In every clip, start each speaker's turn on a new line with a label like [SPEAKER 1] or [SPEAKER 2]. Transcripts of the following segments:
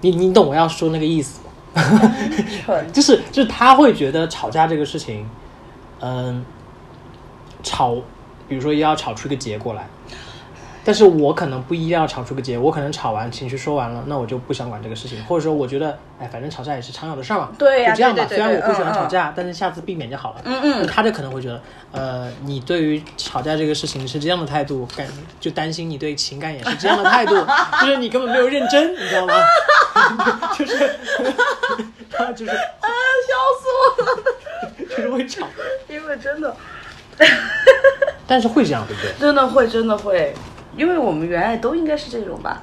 [SPEAKER 1] 你你懂我要说那个意思吗？
[SPEAKER 2] 蠢，
[SPEAKER 1] 就是就是他会觉得吵架这个事情，嗯，吵，比如说要吵出一个结果来，但是我可能不一定要吵出个结果，我可能吵完情绪说完了，那我就不想管这个事情，或者说我觉得，哎，反正吵架也是常有的事儿嘛，
[SPEAKER 2] 对呀
[SPEAKER 1] 就这样吧。
[SPEAKER 2] 对对对
[SPEAKER 1] 虽然我不喜欢
[SPEAKER 2] 嗯
[SPEAKER 1] 吵架，但是下次避免就好了。
[SPEAKER 2] 嗯嗯
[SPEAKER 1] 那他就可能会觉得，呃，你对于吵架这个事情是这样的态度，感就担心你对情感也是这样的态 度，就是你根本没有认真，你知道吗？ 就是 他就是
[SPEAKER 2] 啊，笑死我了！
[SPEAKER 1] 就是会吵，
[SPEAKER 2] 因为真的
[SPEAKER 1] 但是会这样，对不对？
[SPEAKER 2] 真的会真的会，因为我们原来都应该是这种吧，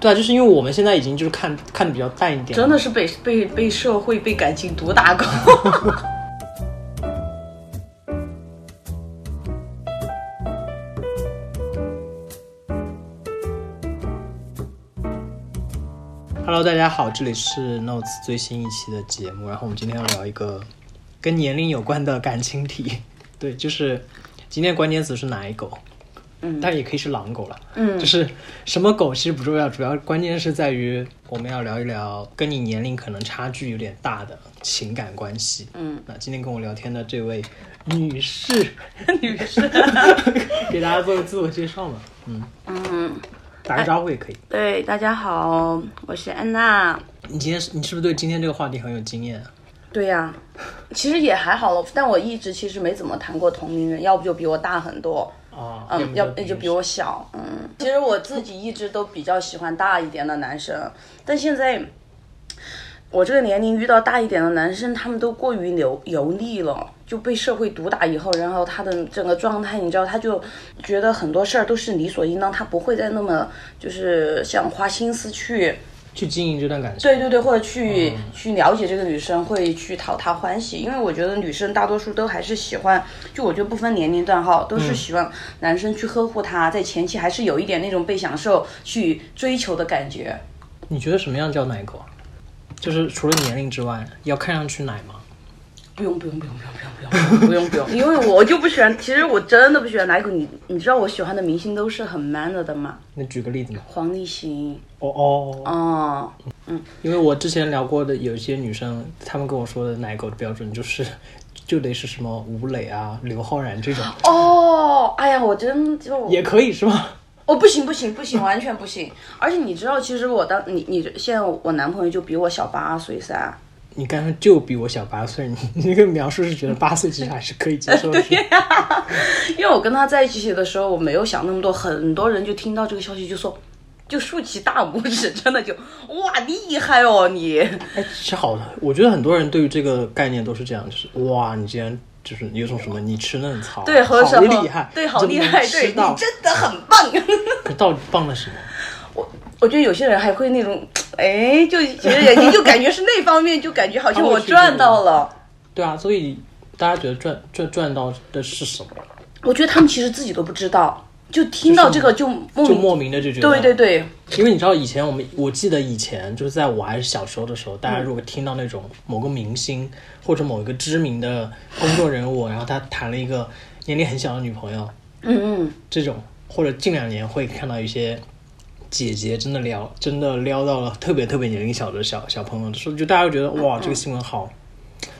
[SPEAKER 1] 对啊，就是因为我们现在已经就是看看的比较淡一点，
[SPEAKER 2] 真的。是被被被社会被感情毒打过。
[SPEAKER 1] Hello，大家好，这里是 Notes 最新一期的节目，然后我们今天要聊一个跟年龄有关的感情题， 对，就是今天的关键词是哪一狗，
[SPEAKER 2] 嗯
[SPEAKER 1] 但也可以是狼狗了，
[SPEAKER 2] 嗯
[SPEAKER 1] 就是什么狗其实不重要，主要关键是在于我们要聊一聊跟你年龄可能差距有点大的情感关系。
[SPEAKER 2] 嗯，
[SPEAKER 1] 那今天跟我聊天的这位女士，
[SPEAKER 2] 女士，
[SPEAKER 1] 给大家做个自我介绍嘛，嗯，
[SPEAKER 2] 嗯，
[SPEAKER 1] 打个招呼也可以。
[SPEAKER 2] 对，大家好，我是安娜。
[SPEAKER 1] 你今天是你是不是对今天这个话题很有经验啊？
[SPEAKER 2] 对呀、其实也还好了，但我一直其实没怎么谈过同龄人，要不就比我大很多，
[SPEAKER 1] 啊
[SPEAKER 2] 嗯，要不就比我小，嗯。其实我自己一直都比较喜欢大一点的男生，但现在我这个年龄遇到大一点的男生，他们都过于油油腻了，就被社会毒打以后，然后他的整个状态，你知道，他就觉得很多事儿都是理所应当，他不会再那么就是想花心思去。
[SPEAKER 1] 去经营这段感情。
[SPEAKER 2] 对对对，或者去、去了解这个女生，会去讨她欢喜，因为我觉得女生大多数都还是喜欢，就我觉得不分年龄段哈，都是喜欢男生去呵护她，在前期还是有一点那种被享受、去追求的感觉。
[SPEAKER 1] 你觉得什么样叫奶狗啊？就是除了年龄之外，要看上去奶吗？
[SPEAKER 2] 不用不用不用不用 不用不用不用不用，因为我就不喜欢，其实我真的不喜欢奶狗。你你知道我喜欢的明星都是很 man 的的嘛，
[SPEAKER 1] 那举个例子嘛。
[SPEAKER 2] 黄立行
[SPEAKER 1] 哦哦，
[SPEAKER 2] 哦，
[SPEAKER 1] 因为我之前聊过的有一些女生，她们跟我说的奶狗的标准就是。就得是什么吴磊啊、刘昊然这种，
[SPEAKER 2] 哦，哎呀，我真就
[SPEAKER 1] 也可以是吗？
[SPEAKER 2] 哦，不行不行 不行，完全不行！而且你知道，其实我当你你现在我男朋友就比我小八 岁噻，
[SPEAKER 1] 你刚才就比我小八岁，你你那个描述是觉得八岁其实还是可以接 受的。
[SPEAKER 2] 因为我跟他在一起的时候，我没有想那么多，很多人就听到这个消息就说，就竖起大拇指，真的就哇厉害哦 你！
[SPEAKER 1] 哎，其实好，我觉得很多人对于这个概念都是这样，就是哇，你竟然就是有种什么你吃嫩草，
[SPEAKER 2] 对，
[SPEAKER 1] 好
[SPEAKER 2] 何什么
[SPEAKER 1] 厉害，
[SPEAKER 2] 对，好
[SPEAKER 1] 你
[SPEAKER 2] 厉
[SPEAKER 1] 怎么
[SPEAKER 2] 害，
[SPEAKER 1] 能
[SPEAKER 2] 对
[SPEAKER 1] 吃
[SPEAKER 2] 你
[SPEAKER 1] 到，
[SPEAKER 2] 真的很棒。
[SPEAKER 1] 可到底棒了什么？
[SPEAKER 2] 我我觉得有些人还会那种，哎，就其实人家就感觉是那方面，就感觉好像
[SPEAKER 1] 他会
[SPEAKER 2] 我
[SPEAKER 1] 去这
[SPEAKER 2] 赚
[SPEAKER 1] 种
[SPEAKER 2] 到了。
[SPEAKER 1] 对啊，所以大家觉得赚赚赚到的是什么？
[SPEAKER 2] 我觉得他们其实自己都不知道，就听到这个就莫
[SPEAKER 1] 就
[SPEAKER 2] 名
[SPEAKER 1] 莫名的就觉得，
[SPEAKER 2] 嗯对对对，
[SPEAKER 1] 因为你知道以前我们，我记得以前就是在我还是小时候的时候，大家
[SPEAKER 2] 嗯
[SPEAKER 1] 如果听到那种某个明星或者某一个知名的公众人物，然后他谈了一个年龄很小的女朋友，
[SPEAKER 2] 嗯嗯，
[SPEAKER 1] 这种，或者近两年会看到一些姐姐真的撩，真的撩到了特别特别年龄小的小小朋友的时候，就大家会觉得哇，这个新闻好，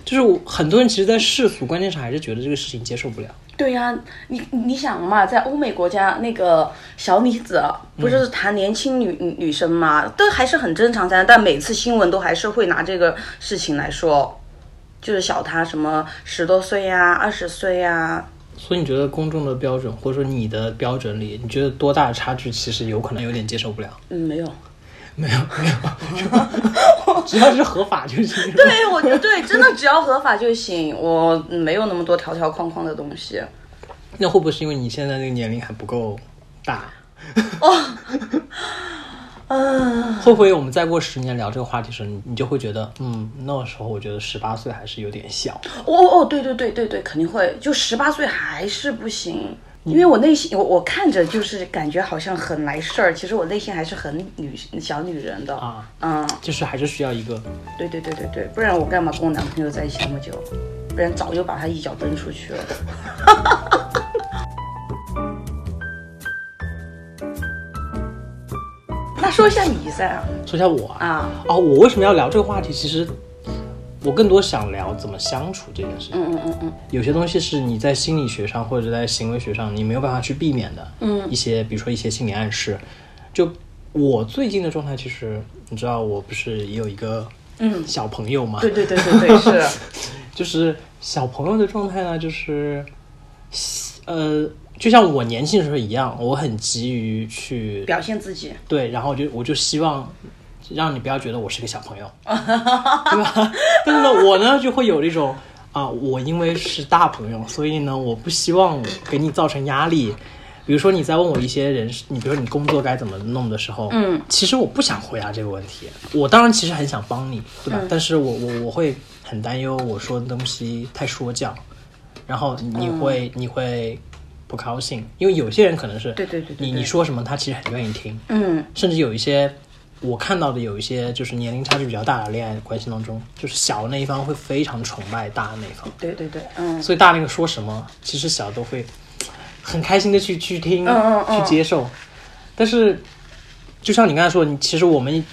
[SPEAKER 1] 就是我很多人其实，在世俗观念上还是觉得这个事情接受不了。
[SPEAKER 2] 对呀、你你想嘛，在欧美国家那个小李子不是谈年轻女、女生嘛，都还是很正常噻，但每次新闻都还是会拿这个事情来说，就是小他什么十多岁呀、二十岁啊呀、
[SPEAKER 1] 所以你觉得公众的标准，或者说你的标准里，你觉得多大的差距，其实有可能有点接受不了？
[SPEAKER 2] 嗯，没有。
[SPEAKER 1] 没有，没有，只要是合法就行。
[SPEAKER 2] 对，我觉得对，真的只要合法就行，我嗯没有那么多条条框框的东西。
[SPEAKER 1] 那会不会是因为你现在这个年龄还不够大？
[SPEAKER 2] 嗯、
[SPEAKER 1] 会不会我们再过十年聊这个话题的时候，你你就会觉得，嗯，那个时候我觉得十八岁还是有点小。
[SPEAKER 2] 哦哦哦，对对对对对，肯定会。就十八岁还是不行，因为我内心我我看着就是感觉好像很来事儿，其实我内心还是很女小女人的。
[SPEAKER 1] 啊
[SPEAKER 2] 嗯，
[SPEAKER 1] 就是还是需要一个，
[SPEAKER 2] 对对对对对，不然我干嘛跟我男朋友在一起那么久？不然早就把他一脚蹬出去了。 那说一下你噻啊
[SPEAKER 1] 说一下我啊，
[SPEAKER 2] 啊，
[SPEAKER 1] 哦，我为什么要聊这个话题？其实我更多想聊怎么相处这件事情。
[SPEAKER 2] 嗯嗯嗯嗯，
[SPEAKER 1] 有些东西是你在心理学上或者在行为学上你没有办法去避免的，嗯，一些比如说一些心理暗示。就我最近的状态，其实你知道，我不是也有一个嗯小朋友嘛，
[SPEAKER 2] 对对对对对，是，
[SPEAKER 1] 就是小朋友的状态呢，就是呃，就像我年轻的时候一样，我很急于去
[SPEAKER 2] 表现自己，
[SPEAKER 1] 对，然后我就我就希望让你不要觉得我是个小朋 友，对吧？但是呢，我呢就会有一种啊，我因为是大朋友，所以呢，我不希望我给你造成压力。比如说你在问我一些人事，你比如说你工作该怎么弄的时候，
[SPEAKER 2] 嗯，
[SPEAKER 1] 其实我不想回答这个问题。我当然其实很想帮你，对
[SPEAKER 2] 嗯
[SPEAKER 1] 吧？但是我我我会很担忧，我说的东西太说教，然后你
[SPEAKER 2] 嗯
[SPEAKER 1] 会、你会不高兴，因为有些人可能是
[SPEAKER 2] 对对对对
[SPEAKER 1] 你
[SPEAKER 2] 对
[SPEAKER 1] 你说什么他其实很愿意听，
[SPEAKER 2] 嗯
[SPEAKER 1] 甚至有一些我看到的有一些就是年龄差距比较大的恋爱关系当中，就是小的那一方会非常崇拜大的那一方，
[SPEAKER 2] 对对对，嗯，
[SPEAKER 1] 所以大那个说什么，其实小都会很开心的去去听、
[SPEAKER 2] 嗯嗯嗯
[SPEAKER 1] 去接受。但是就像你刚才说，你其实我们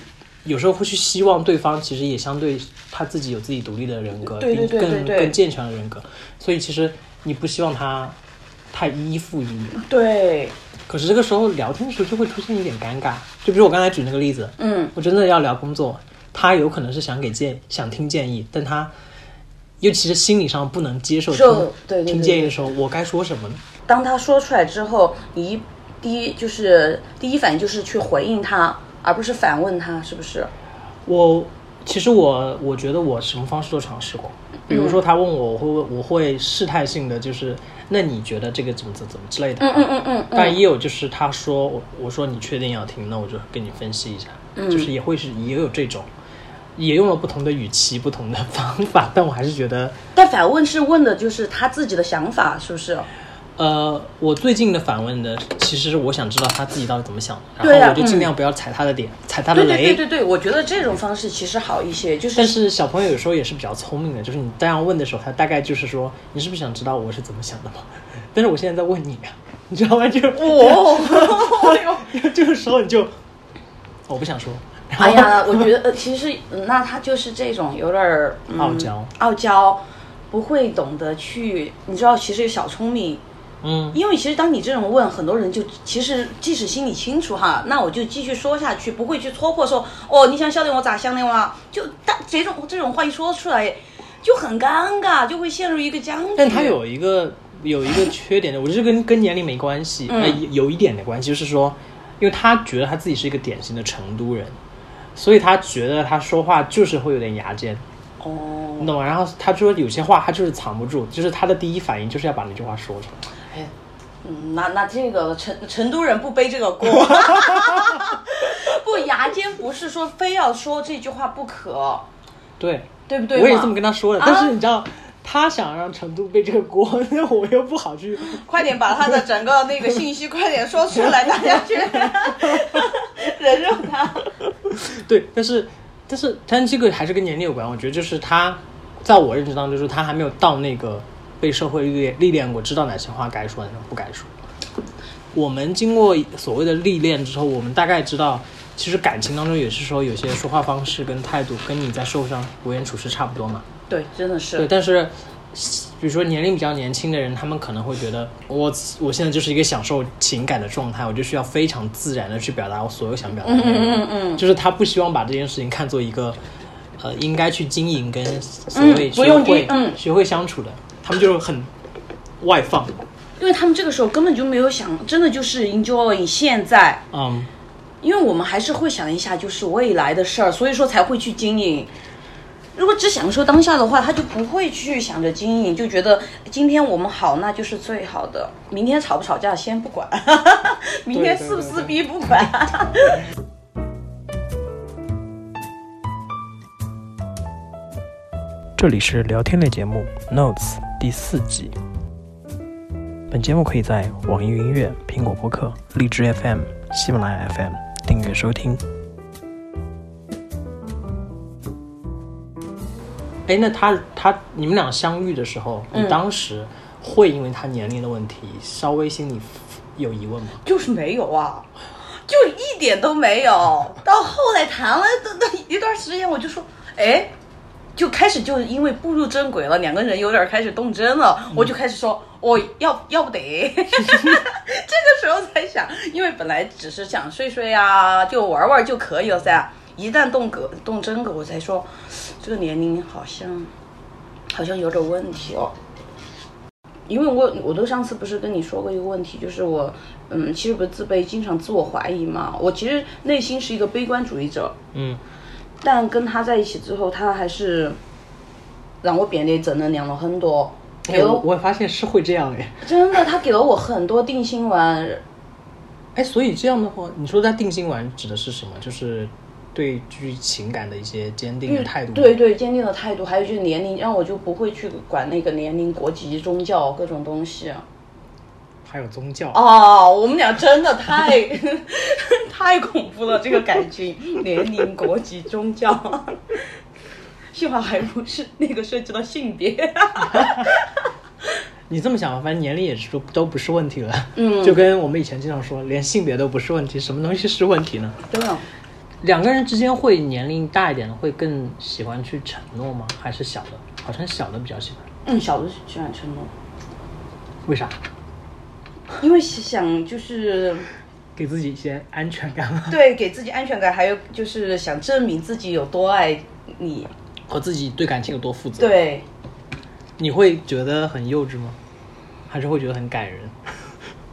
[SPEAKER 1] 有时候会去希望对方其实也相对他自己有自己独立的人格，
[SPEAKER 2] 对对对
[SPEAKER 1] 并
[SPEAKER 2] 对对
[SPEAKER 1] 更更健全的人格，所以其实你不希望他太依附于你。
[SPEAKER 2] 对，
[SPEAKER 1] 可是这个时候聊天的时候就会出现一点尴尬，就比如我刚才举那个例子，
[SPEAKER 2] 嗯，
[SPEAKER 1] 我真的要聊工作，他有可能是想给建想听建议，但他又其实心理上不能接受听
[SPEAKER 2] 受对对对
[SPEAKER 1] 听建议的时候，我该说什么呢？
[SPEAKER 2] 当他说出来之后，你一第一就是第一反应就是去回应他，而不是反问他，是不是？
[SPEAKER 1] 我其实我我觉得我什么方式都尝试过，比如
[SPEAKER 2] 嗯
[SPEAKER 1] 说他问我，我会我会试探性的就是，那你觉得这个怎么怎么怎么之类的，
[SPEAKER 2] 嗯嗯嗯嗯
[SPEAKER 1] 但也有就是他说我我说你确定要听，那我就跟你分析一下，就是也会是也有这种，也用了不同的语气、不同的方法，但我还是觉得，
[SPEAKER 2] 但反问是问的就是他自己的想法，是不是？
[SPEAKER 1] 呃，我最近的反问的其实是我想知道他自己到底怎么想的，
[SPEAKER 2] 对啊
[SPEAKER 1] 然后我就尽量不要踩他的点，踩他的
[SPEAKER 2] 对
[SPEAKER 1] 雷。
[SPEAKER 2] 对对对对，我觉得这种方式其实好一些，就
[SPEAKER 1] 但
[SPEAKER 2] 是
[SPEAKER 1] 是小朋友有时候也是比较聪明的，就是你这样问的时候，他大概就是说你是不是想知道我是怎么想的吗？但是我现在在问你啊，你知道吗？就是
[SPEAKER 2] 哦，
[SPEAKER 1] 这个时候你就我不想说，
[SPEAKER 2] 哎呀，我觉得呃其实嗯那他就是这种有点儿、嗯
[SPEAKER 1] 傲娇，
[SPEAKER 2] 傲娇，不会懂得去，你知道，其实有小聪明。
[SPEAKER 1] 嗯，
[SPEAKER 2] 因为其实当你这种问，很多人就其实即使心里清楚哈，那我就继续说下去，不会去戳破说哦，你想笑点我咋想的哇？就但这种这种话一说出来，就很尴尬，就会陷入一个僵局。
[SPEAKER 1] 但他有一个有一个缺点的，我觉得这跟跟年龄没关系，
[SPEAKER 2] 嗯
[SPEAKER 1] 呃有一点的关系，就是说，因为他觉得他自己是一个典型的成都人，所以他觉得他说话就是会有点牙尖，
[SPEAKER 2] 哦，
[SPEAKER 1] 你懂吗？然后他说有些话他就是藏不住，就是他的第一反应就是要把那句话说出来。
[SPEAKER 2] 哎，嗯，那那这个成成都人不背 这个锅，不牙尖不是说非要说这句话不可，
[SPEAKER 1] 对，
[SPEAKER 2] 对不对嘛？
[SPEAKER 1] 我也这么跟他说的，
[SPEAKER 2] 啊
[SPEAKER 1] 但是你知道，他想让成都背这个锅， 那我又不好去。
[SPEAKER 2] 快点把他的整个那个信息快点说出来，大家 去忍受他。
[SPEAKER 1] 对，但是，但是，但这个还是跟年龄有关。我觉得就是他，在我认知当中，就是他还没有到那个被社会历练历练过，知道哪些话该说，哪些话不该说。我们经过所谓的历练之后，我们大概知道，其实感情当中也是说有些说话方式跟态度跟你在社会上为人处事差不多嘛。
[SPEAKER 2] 对，真的是
[SPEAKER 1] 对，但是比如说年龄比较年轻的人，他们可能会觉得我我现在就是一个享受情感的状态，我就需要非常自然的去表达我所有想表达的内容。嗯嗯就是他不希望把这件事情看作一个呃应该去经营跟所谓
[SPEAKER 2] 嗯
[SPEAKER 1] 学
[SPEAKER 2] 不用
[SPEAKER 1] 会、
[SPEAKER 2] 经嗯
[SPEAKER 1] 学会相处的，他们就很外放。
[SPEAKER 2] 因为他们这个时候根本就没有想，真的就是 enjoy 现在，
[SPEAKER 1] 嗯，
[SPEAKER 2] 因为我们还是会想一下就是未来的事儿，所以说才会去经营。如果只享受当下的话，他就不会去想着经营，就觉得今天我们好，那就是最好的。明天吵不吵架先不管， 明天
[SPEAKER 1] 对对
[SPEAKER 2] 撕不撕
[SPEAKER 1] 对
[SPEAKER 2] 逼不管。
[SPEAKER 1] 这里是聊天类节目《Notes》第四季。本节目可以在网易云音乐、苹果播客、荔枝 FM、喜马拉雅 FM 订阅收听。哎，那他他你们俩相遇的时候，你当时会因为他年龄的问题稍微心里有疑问吗？
[SPEAKER 2] 就是没有啊，就一点都没有。到后来谈了的的一段时间，我就说，哎，就开始就因为步入正轨了，两个人有点开始动真了，我就开始说，我、要要不得，这个时候才想，因为本来只是想睡睡啊，就玩玩就可以了噻。一旦动格动真格，我才说，这个年龄好像好像有点问题哦。因为我我都上次不是跟你说过一个问题，就是我，嗯，其实不是自卑，经常自我怀疑嘛。我其实内心是一个悲观主义者，
[SPEAKER 1] 嗯，
[SPEAKER 2] 但跟他在一起之后，他还是让我变得正能量了很多，
[SPEAKER 1] 哎
[SPEAKER 2] 给了
[SPEAKER 1] 我
[SPEAKER 2] 我
[SPEAKER 1] 我发现是会这样哎，
[SPEAKER 2] 真的，他给了我很多定心丸。
[SPEAKER 1] 哎，所以这样的话，你说他定心丸指的是什么？就是对于情感的一些坚定的态度。
[SPEAKER 2] 嗯对，对，坚定的态度，还有就是年龄，让我就不会去管那个年龄、国籍、宗教各种东西。
[SPEAKER 1] 还有宗教。
[SPEAKER 2] 哦，我们俩真的太 太恐怖了，这个感情、年龄、国籍、宗教，幸好还不是那个涉及到性别。
[SPEAKER 1] 你这么想，反正年龄也是都都不是问题了。嗯， 就跟我们以前经常说，连性别都不是问题，什么东西是问题呢？
[SPEAKER 2] 对啊，
[SPEAKER 1] 两个人之间会年龄大一点的会更喜欢去承诺吗？还是小的？好像小的比较喜欢。
[SPEAKER 2] 嗯，小的喜欢承诺，
[SPEAKER 1] 为啥？
[SPEAKER 2] 因为想就是
[SPEAKER 1] 给自己一些安全感吗？
[SPEAKER 2] 对给自己安全感，还有就是想证明自己有多爱你。
[SPEAKER 1] 和自己对感情有多负责？，
[SPEAKER 2] 对，
[SPEAKER 1] 你会觉得很幼稚吗？还是会觉得很感人？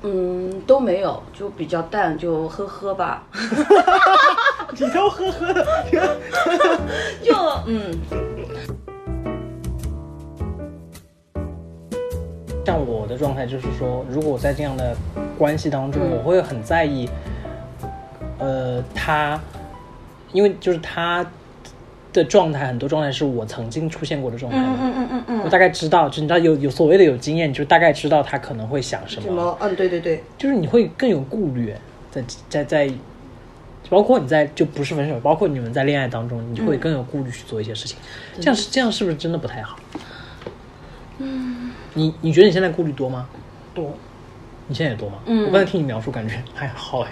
[SPEAKER 2] 嗯，都没有，就比较淡，就呵呵 吧。
[SPEAKER 1] 你都呵呵的。
[SPEAKER 2] 就嗯，
[SPEAKER 1] 像我的状态就是说，如果我在这样的关系当中，我会很在意，呃，他，因为就是他的状态，很多状态是我曾经出现过的状态嘛。
[SPEAKER 2] 嗯嗯嗯嗯，
[SPEAKER 1] 我大概知道，就你知道有有所谓的有经验，你就大概知道他可能会想什
[SPEAKER 2] 什
[SPEAKER 1] 么，
[SPEAKER 2] 么？嗯，对对对，
[SPEAKER 1] 就是你会更有顾虑，在在在，包括你在就不是分手，包括你们在恋爱当中，你会更有顾虑去做一些事情，这样是这样是不是真的不太好？嗯，你你觉得你现在顾虑多吗？
[SPEAKER 2] 多。
[SPEAKER 1] 你现在也多吗？
[SPEAKER 2] 嗯
[SPEAKER 1] 我刚才听你描述，感觉还好哎。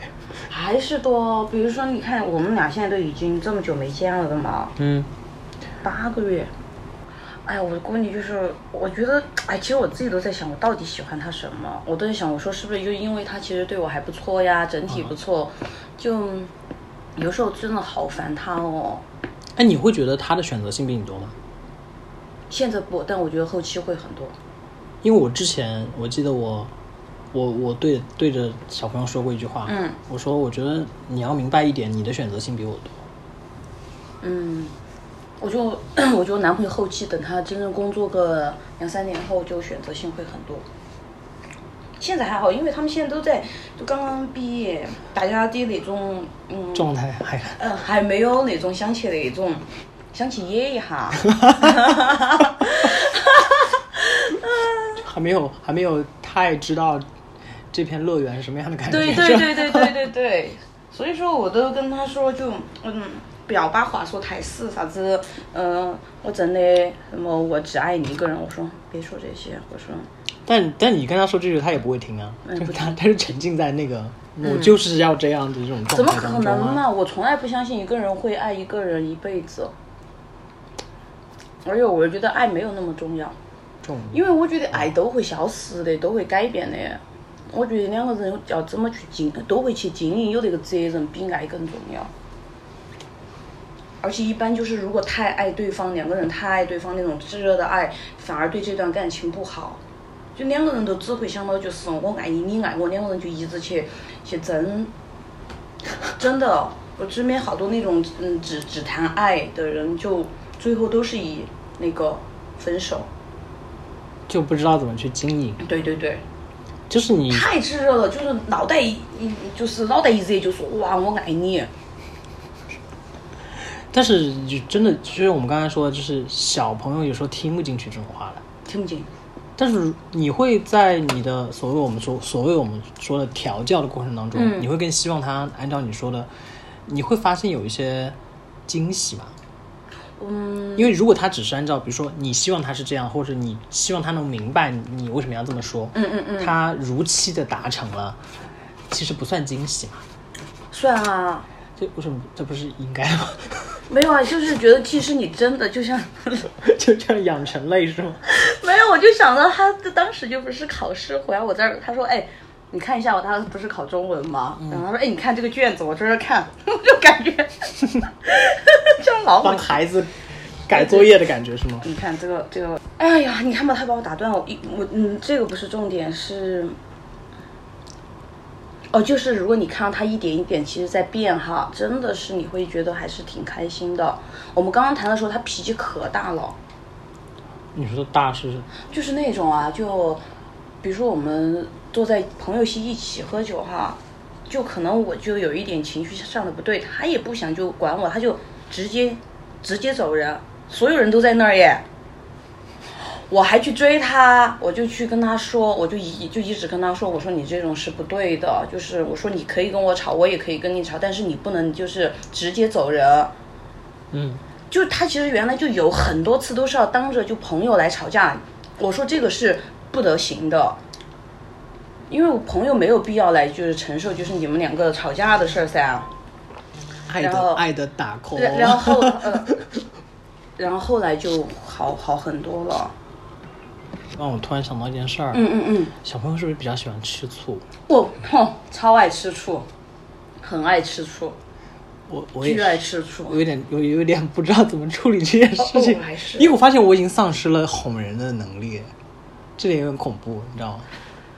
[SPEAKER 2] 还是多哦，比如说，你看我们俩现在都已经这么久没见了的嘛，
[SPEAKER 1] 嗯，
[SPEAKER 2] 八个月。哎呀，我的观点就是，我觉得，哎，其实我自己都在想，我到底喜欢他什么？我都在想，我说是不是就因为他其实对我还不错呀，整体不错，就有时候真的好烦他哦。
[SPEAKER 1] 哎，你会觉得他的选择性比你多吗？
[SPEAKER 2] 现在不，但我觉得后期会很多。
[SPEAKER 1] 因为我之前我记得我，我我对对着小朋友说过一句话，
[SPEAKER 2] 嗯，
[SPEAKER 1] 我说我觉得你要明白一点，你的选择性比我多。
[SPEAKER 2] 嗯，我就 我觉得男朋友后期等他真正工作个两三年后，就选择性会很多。现在还好，因为他们现在都在就刚刚毕业，大家的那种嗯
[SPEAKER 1] 状态还
[SPEAKER 2] 嗯、还没有那种想去那种想去野一下，
[SPEAKER 1] 还没有还没有太知道这片乐园是什么样的感觉。
[SPEAKER 2] 对
[SPEAKER 1] 是
[SPEAKER 2] 对
[SPEAKER 1] 吧
[SPEAKER 2] 对对对对对，所以说我都跟他说就嗯，不要把话说太死，啥子嗯、呃我真的什么我只爱你一个人，我说别说这些，我说
[SPEAKER 1] 但但你跟他说这句，他也不会听啊，
[SPEAKER 2] 嗯
[SPEAKER 1] 就
[SPEAKER 2] 不嗯
[SPEAKER 1] 他他就沉浸在那个、我就是要这样的这种
[SPEAKER 2] 怎
[SPEAKER 1] 状
[SPEAKER 2] 么
[SPEAKER 1] 态
[SPEAKER 2] 可
[SPEAKER 1] 当中
[SPEAKER 2] 能
[SPEAKER 1] 啊。
[SPEAKER 2] 嘛！我从来不相信一个人会爱一个人一辈子，而且我觉得爱没有那么重要，
[SPEAKER 1] 这种
[SPEAKER 2] 因为我觉得爱都会消失的，都会改变的。我觉得两个人要怎么去经，都会去经营，有这个责任比爱更重要。而且一般就是，如果太爱对方，两个人太爱对方那种炙热的爱，反而对这段感情不好。就两个人都只会想到就是哦我爱你，你爱我，两个人就一直去去争。真的，我身边好多那种嗯只只谈爱的人，就最后都是以那个分手。
[SPEAKER 1] 就不知道怎么去经营，
[SPEAKER 2] 对对对，
[SPEAKER 1] 就是你
[SPEAKER 2] 太炙热了，就是脑袋一一就是脑袋一热就说哇我爱你。
[SPEAKER 1] 但是就真的，就是我们刚才说的，就是小朋友有时候听不进去这种话的。
[SPEAKER 2] 听不进。
[SPEAKER 1] 但是你会在你的所谓我们说所谓我们说的调教的过程当中，
[SPEAKER 2] 嗯
[SPEAKER 1] 你会更希望他按照你说的，你会发现有一些惊喜嘛？
[SPEAKER 2] 嗯，
[SPEAKER 1] 因为如果他只是按照，比如说你希望他是这样，或者你希望他能明白你为什么要这么说，
[SPEAKER 2] 嗯嗯嗯
[SPEAKER 1] 他如期的达成了，其实不算惊喜嘛。
[SPEAKER 2] 所选啊。
[SPEAKER 1] 这为什么这不是应该吗？
[SPEAKER 2] 没有啊，就是觉得其实你真的就像，
[SPEAKER 1] 就这样养成类是吗？
[SPEAKER 2] 没有，我就想到他当时就不是考试回来我这儿，他说哎。你看一下我当时不是考中文吗？然后他说：“哎，你看这个卷子，我在这看， 我就感觉像老虎
[SPEAKER 1] 帮孩子改作业的感觉是吗？
[SPEAKER 2] 你看这个这个，哎呀，你看吧，他把我打断了，我一我嗯，这个不是重点是，哦，就是如果你看到他一点一点其实在变哈，真的是你会觉得还是挺开心的。我们刚刚谈的时候，他脾气可大了，
[SPEAKER 1] 你说的大是
[SPEAKER 2] 就是那种啊，就比如说我们坐在朋友席一起喝酒哈，就可能我就有一点情绪上的不对，他也不想就管我，他就直接直接走人，所有人都在那儿耶。我还去追他，我就去跟他说，我就一就一直跟他说，我说你这种是不对的，就是我说你可以跟我吵，我也可以跟你吵，但是你不能就是直接走人。
[SPEAKER 1] 嗯，
[SPEAKER 2] 就他其实原来就有很多次都是要当着就朋友来吵架，我说这个是不得行的，因为我朋友没有必要来就是承受就是你们两个吵架的事儿噻、
[SPEAKER 1] 爱
[SPEAKER 2] 然后
[SPEAKER 1] 的爱的打 call，
[SPEAKER 2] 然然 后呃，然后后来就好好很多了。
[SPEAKER 1] 让我突然想到一件事儿，
[SPEAKER 2] 嗯嗯嗯，
[SPEAKER 1] 小朋友是不是比较喜欢吃醋？
[SPEAKER 2] 我哼超爱吃醋，很爱吃醋，
[SPEAKER 1] 我我也
[SPEAKER 2] 巨爱
[SPEAKER 1] 是。
[SPEAKER 2] 吃醋。
[SPEAKER 1] 我有点有有点不知道怎么处理这件事情
[SPEAKER 2] 哦哦我还，是
[SPEAKER 1] 因为我发现我已经丧失了哄人的能力，这点有点恐怖，你知道吗？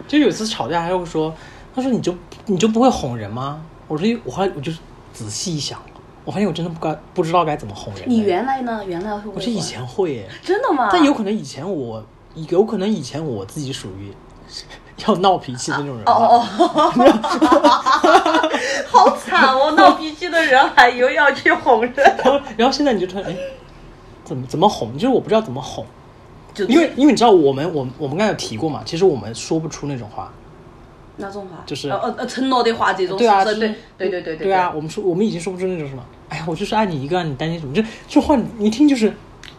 [SPEAKER 1] 就有一次吵架，他就会说，他说你就你就不会哄人吗？我说我后来我就仔细一想，我发现我真的不该不知道该怎么哄人。
[SPEAKER 2] 你原来呢？原来会
[SPEAKER 1] 我是以前会耶，
[SPEAKER 2] 真的吗？
[SPEAKER 1] 但有可能以前我有可能以前我自己属于 要闹脾气的那种人吧。
[SPEAKER 2] 哦哦哦，好惨哦！闹脾气的人还又要去哄人，
[SPEAKER 1] 然后 然后现在你就突然哎，怎么怎么哄？就是我不知道怎么哄，
[SPEAKER 2] 就
[SPEAKER 1] 因为因为你知道我们我们我们刚才有提过嘛，其实我们说不出那种话，
[SPEAKER 2] 哪种话？
[SPEAKER 1] 就是
[SPEAKER 2] 呃呃呃，承诺的话这种，
[SPEAKER 1] 对啊，就
[SPEAKER 2] 是
[SPEAKER 1] 是
[SPEAKER 2] 对对对对
[SPEAKER 1] 对啊，，我们说我们已经说不出那种什么，哎呀，我就是爱你一个，你担心什么？这这话你一听就是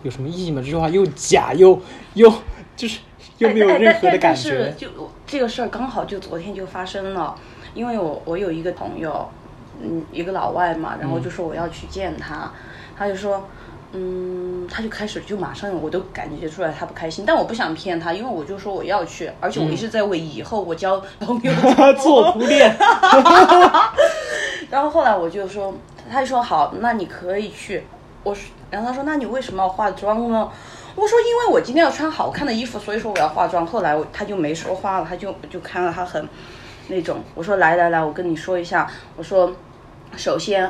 [SPEAKER 1] 有什么意义吗？这句话又假又又就是又没有
[SPEAKER 2] 哎哎
[SPEAKER 1] 任何
[SPEAKER 2] 但
[SPEAKER 1] 的感
[SPEAKER 2] 但但是
[SPEAKER 1] 觉，
[SPEAKER 2] 就这个事儿刚好就昨天就发生了，因为我我有一个朋友，嗯，一个老外嘛，然后就说我要去见他，他就说。嗯，他就开始就马上，我都感觉出来他不开心，但我不想骗他，因为我就说我要去，而且我一直在为以后我交朋友
[SPEAKER 1] 做铺垫。
[SPEAKER 2] 然后后来我就说，他就说好，那你可以去。我说，然后他说，那你为什么要化妆呢？我说，因为我今天要穿好看的衣服，所以说我要化妆。后来我他就没说话了，他就就看到他很那种。我说，来来来，我跟你说一下，我说，首先。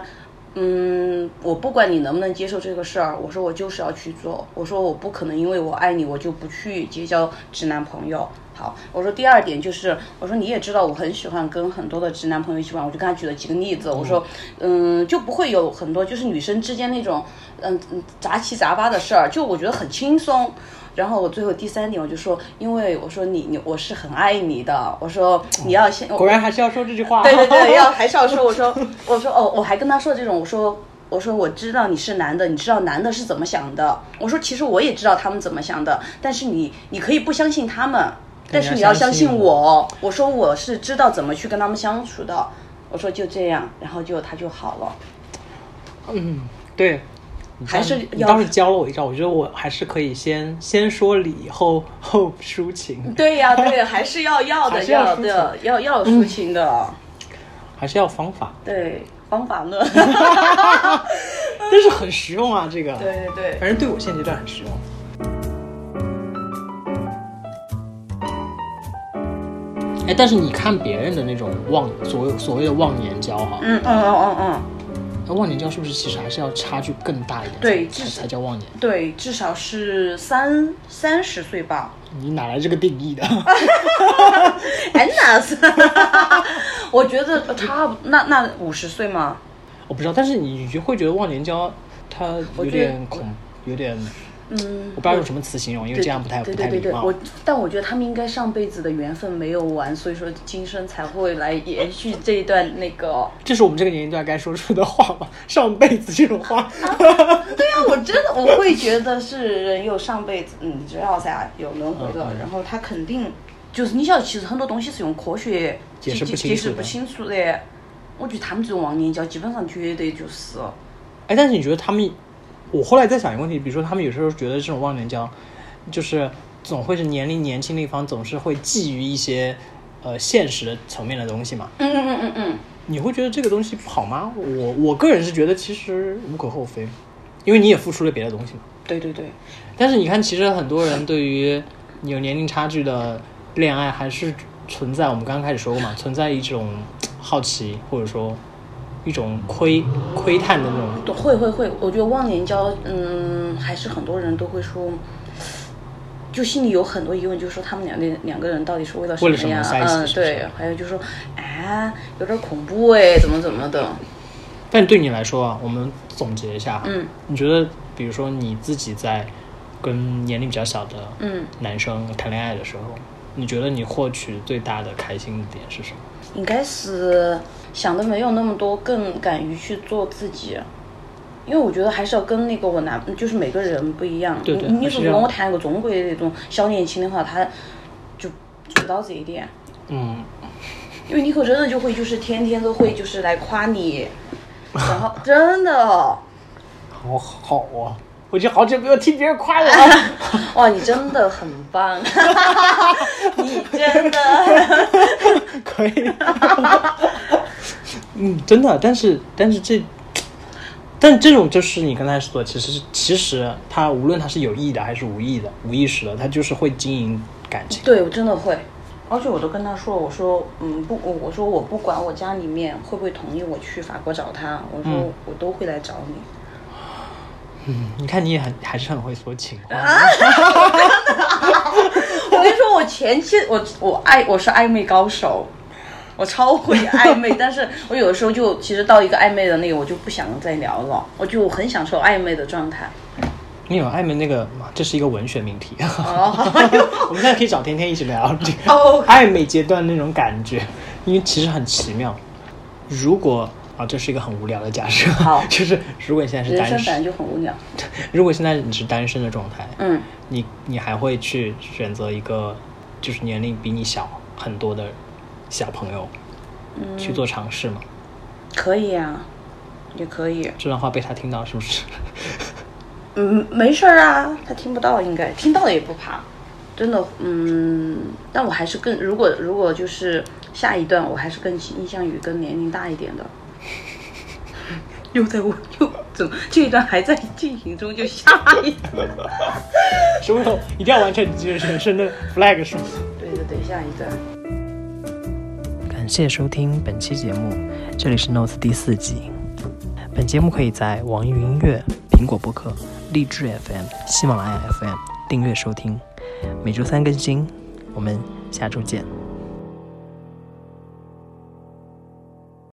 [SPEAKER 2] 嗯，我不管你能不能接受这个事儿，我说我就是要去做。我说我不可能因为我爱你，我就不去结交直男朋友。好，我说第二点就是，我说你也知道我很喜欢跟很多的直男朋友一起玩，我就跟他举了几个例子，我说，嗯，就不会有很多就是女生之间那种嗯嗯杂七杂八的事儿，就我觉得很轻松。然后我最后第三点我就说，因为我说你你我是很爱你的，我说你要先
[SPEAKER 1] 果然还是要说这句话。
[SPEAKER 2] 对 对对，要还是要说，我说 我说哦，我还跟他说这种，我说我说我知道你是男的，你知道男的是怎么想的，我说其实我也知道他们怎么想的，但是你你可以不相信他们，但是你要相信我，我说我是知道怎么去跟他们相处的，我说就这样，然后就他就好了，
[SPEAKER 1] 嗯，对，你
[SPEAKER 2] 还
[SPEAKER 1] 当
[SPEAKER 2] 是
[SPEAKER 1] 你
[SPEAKER 2] 要
[SPEAKER 1] 倒是教了我一招，我觉得我还是可以先先说理后后抒情，
[SPEAKER 2] 对呀、对，还是要要
[SPEAKER 1] 还
[SPEAKER 2] 的
[SPEAKER 1] 是要抒
[SPEAKER 2] 的要要抒情的，
[SPEAKER 1] 还是要方法，
[SPEAKER 2] 对方法论，
[SPEAKER 1] 但是很实用啊，这个，
[SPEAKER 2] 对对对。
[SPEAKER 1] 反正对我现阶段很实用。
[SPEAKER 2] 嗯
[SPEAKER 1] 哎，但是你看别人的那种忘所谓所谓的忘年交哈，
[SPEAKER 2] 嗯嗯嗯嗯嗯，
[SPEAKER 1] 那忘年交是不是其实还是要差距更大一点，
[SPEAKER 2] 对
[SPEAKER 1] 才
[SPEAKER 2] 至
[SPEAKER 1] 才才叫忘年？
[SPEAKER 2] 对，至少是三三十 岁吧，
[SPEAKER 1] 你哪来这个定义的？
[SPEAKER 2] 安娜斯，哎 我觉得差不那那五十岁嘛，
[SPEAKER 1] 我不知道，但是你就会觉得忘年交，它
[SPEAKER 2] 我
[SPEAKER 1] 有
[SPEAKER 2] 觉得
[SPEAKER 1] 点恐，有点，
[SPEAKER 2] 嗯
[SPEAKER 1] 我不知道用什么词形容，因为这样不太
[SPEAKER 2] 对
[SPEAKER 1] 不
[SPEAKER 2] 对
[SPEAKER 1] 太
[SPEAKER 2] 对
[SPEAKER 1] 礼
[SPEAKER 2] 对，
[SPEAKER 1] 貌
[SPEAKER 2] 我。但我觉得他们应该上辈子的缘分没有完，所以说今生才会来延续这一段那个。
[SPEAKER 1] 这是我们这个年龄段该说出的话吧？上辈子这种话，
[SPEAKER 2] 对呀、我真的我会觉得是人有上辈子，嗯你知道噻，有轮回的
[SPEAKER 1] 嗯，嗯
[SPEAKER 2] 然后他肯定就是你晓得，其实很多东西是用科学
[SPEAKER 1] 解释不
[SPEAKER 2] 解
[SPEAKER 1] 清楚的
[SPEAKER 2] 释不清楚的。我觉得他们这种忘年交基本上绝对就是，
[SPEAKER 1] 哎，但是你觉得他们，我后来在想一个问题，比如说他们有时候觉得这种忘年交，就是总会是年龄年轻的一方总是会觊觎一些呃现实的层面的东西嘛？
[SPEAKER 2] 嗯嗯嗯嗯
[SPEAKER 1] 你会觉得这个东西不好吗？我我个人是觉得其实无可厚非，因为你也付出了别的东西嘛。
[SPEAKER 2] 嗯，对对对，
[SPEAKER 1] 但是你看，其实很多人对于有年龄差距的恋爱还是存在，我们刚刚开始说过嘛，存在一种好奇或者说一种窥窥探的那种
[SPEAKER 2] 对会会会，我觉得忘年交，嗯，还是很多人都会说，就心里有很多疑问，就是说他们两个两个人到底是为了
[SPEAKER 1] 为了
[SPEAKER 2] 么呀？
[SPEAKER 1] 什么在一起
[SPEAKER 2] 嗯，
[SPEAKER 1] 是不是
[SPEAKER 2] 对，还有就是说，啊，有点恐怖哎，怎么怎么的，
[SPEAKER 1] 但对你来说啊，我们总结一下，
[SPEAKER 2] 嗯，
[SPEAKER 1] 你觉得，比如说你自己在跟年龄比较小的
[SPEAKER 2] 嗯，
[SPEAKER 1] 男生谈恋爱的时候，你觉得你获取最大的开心点是什么？
[SPEAKER 2] 应该是想的没有那么多，更敢于去做自己。因为我觉得还是要跟那个我男，就是每个人不一样。
[SPEAKER 1] 对对
[SPEAKER 2] 你
[SPEAKER 1] 还
[SPEAKER 2] 你
[SPEAKER 1] 是
[SPEAKER 2] 总
[SPEAKER 1] 这
[SPEAKER 2] 跟
[SPEAKER 1] 样
[SPEAKER 2] 我谈一个中国的那种小年轻的话，他就做不到这一点。
[SPEAKER 1] 嗯，
[SPEAKER 2] 因为尼可真的就会就是天天都会就是来夸你，然后真的，哦
[SPEAKER 1] 好好啊，我已经好久没有听别人夸我 了。啊
[SPEAKER 2] 哇，你真的很 棒，你真的，
[SPEAKER 1] 可以。 嗯，真的，但是但是这，但这种就是你刚才说的，其实是其实它无论它是有意的还是无意的、无意识的，它就是会经营感情。
[SPEAKER 2] 对我真的会。而且我都跟他说，我说，嗯，不，我我说我不管我家里面会不会同意我去法国找他，我说
[SPEAKER 1] 嗯
[SPEAKER 2] 我都会来找你。
[SPEAKER 1] 嗯，你看你也很还是很会说情话。
[SPEAKER 2] 我跟你说，我前期我我爱我是暧昧高手，我超会暧 昧，但是我有的时候就其实到一个暧昧的那个，我就不想再聊了，我就很享受暧昧的状态。
[SPEAKER 1] 你有暧昧那个嘛？这是一个文学命题。
[SPEAKER 2] 哦，
[SPEAKER 1] 我们现在可以找天天一起 聊这个
[SPEAKER 2] 哦
[SPEAKER 1] 暧昧阶段那种感觉，因为其实很奇妙。如果啊，这是一个很无聊的假设，
[SPEAKER 2] 好
[SPEAKER 1] 就是如果你现在是
[SPEAKER 2] 人生
[SPEAKER 1] 单
[SPEAKER 2] 本来
[SPEAKER 1] 身，
[SPEAKER 2] 就很无聊。
[SPEAKER 1] 如果现在你是单身的状态，
[SPEAKER 2] 嗯，
[SPEAKER 1] 你你还会去选择一个就是年龄比你小很多的小朋友，去做尝试吗？
[SPEAKER 2] 可以啊，也可以。
[SPEAKER 1] 这段话被他听到是不是？
[SPEAKER 2] 嗯，没事儿啊，他听不到，应该听到了也不怕。真的，嗯，但我还是更如果如果就是下一段，我还是更倾向于跟年龄大一点的。 又在我又怎么这一段还在进行中，就下一段。
[SPEAKER 1] 什么时候一定要完成你这个人生的 flag 是吗？
[SPEAKER 2] 对对对，下一段。
[SPEAKER 1] 感谢收听本期节目，这里是 Notes 第四季。本节目可以在网易云音乐、苹果播客、荔枝 FM、喜马拉雅 FM 订阅收听，每周三更新。我们下周见。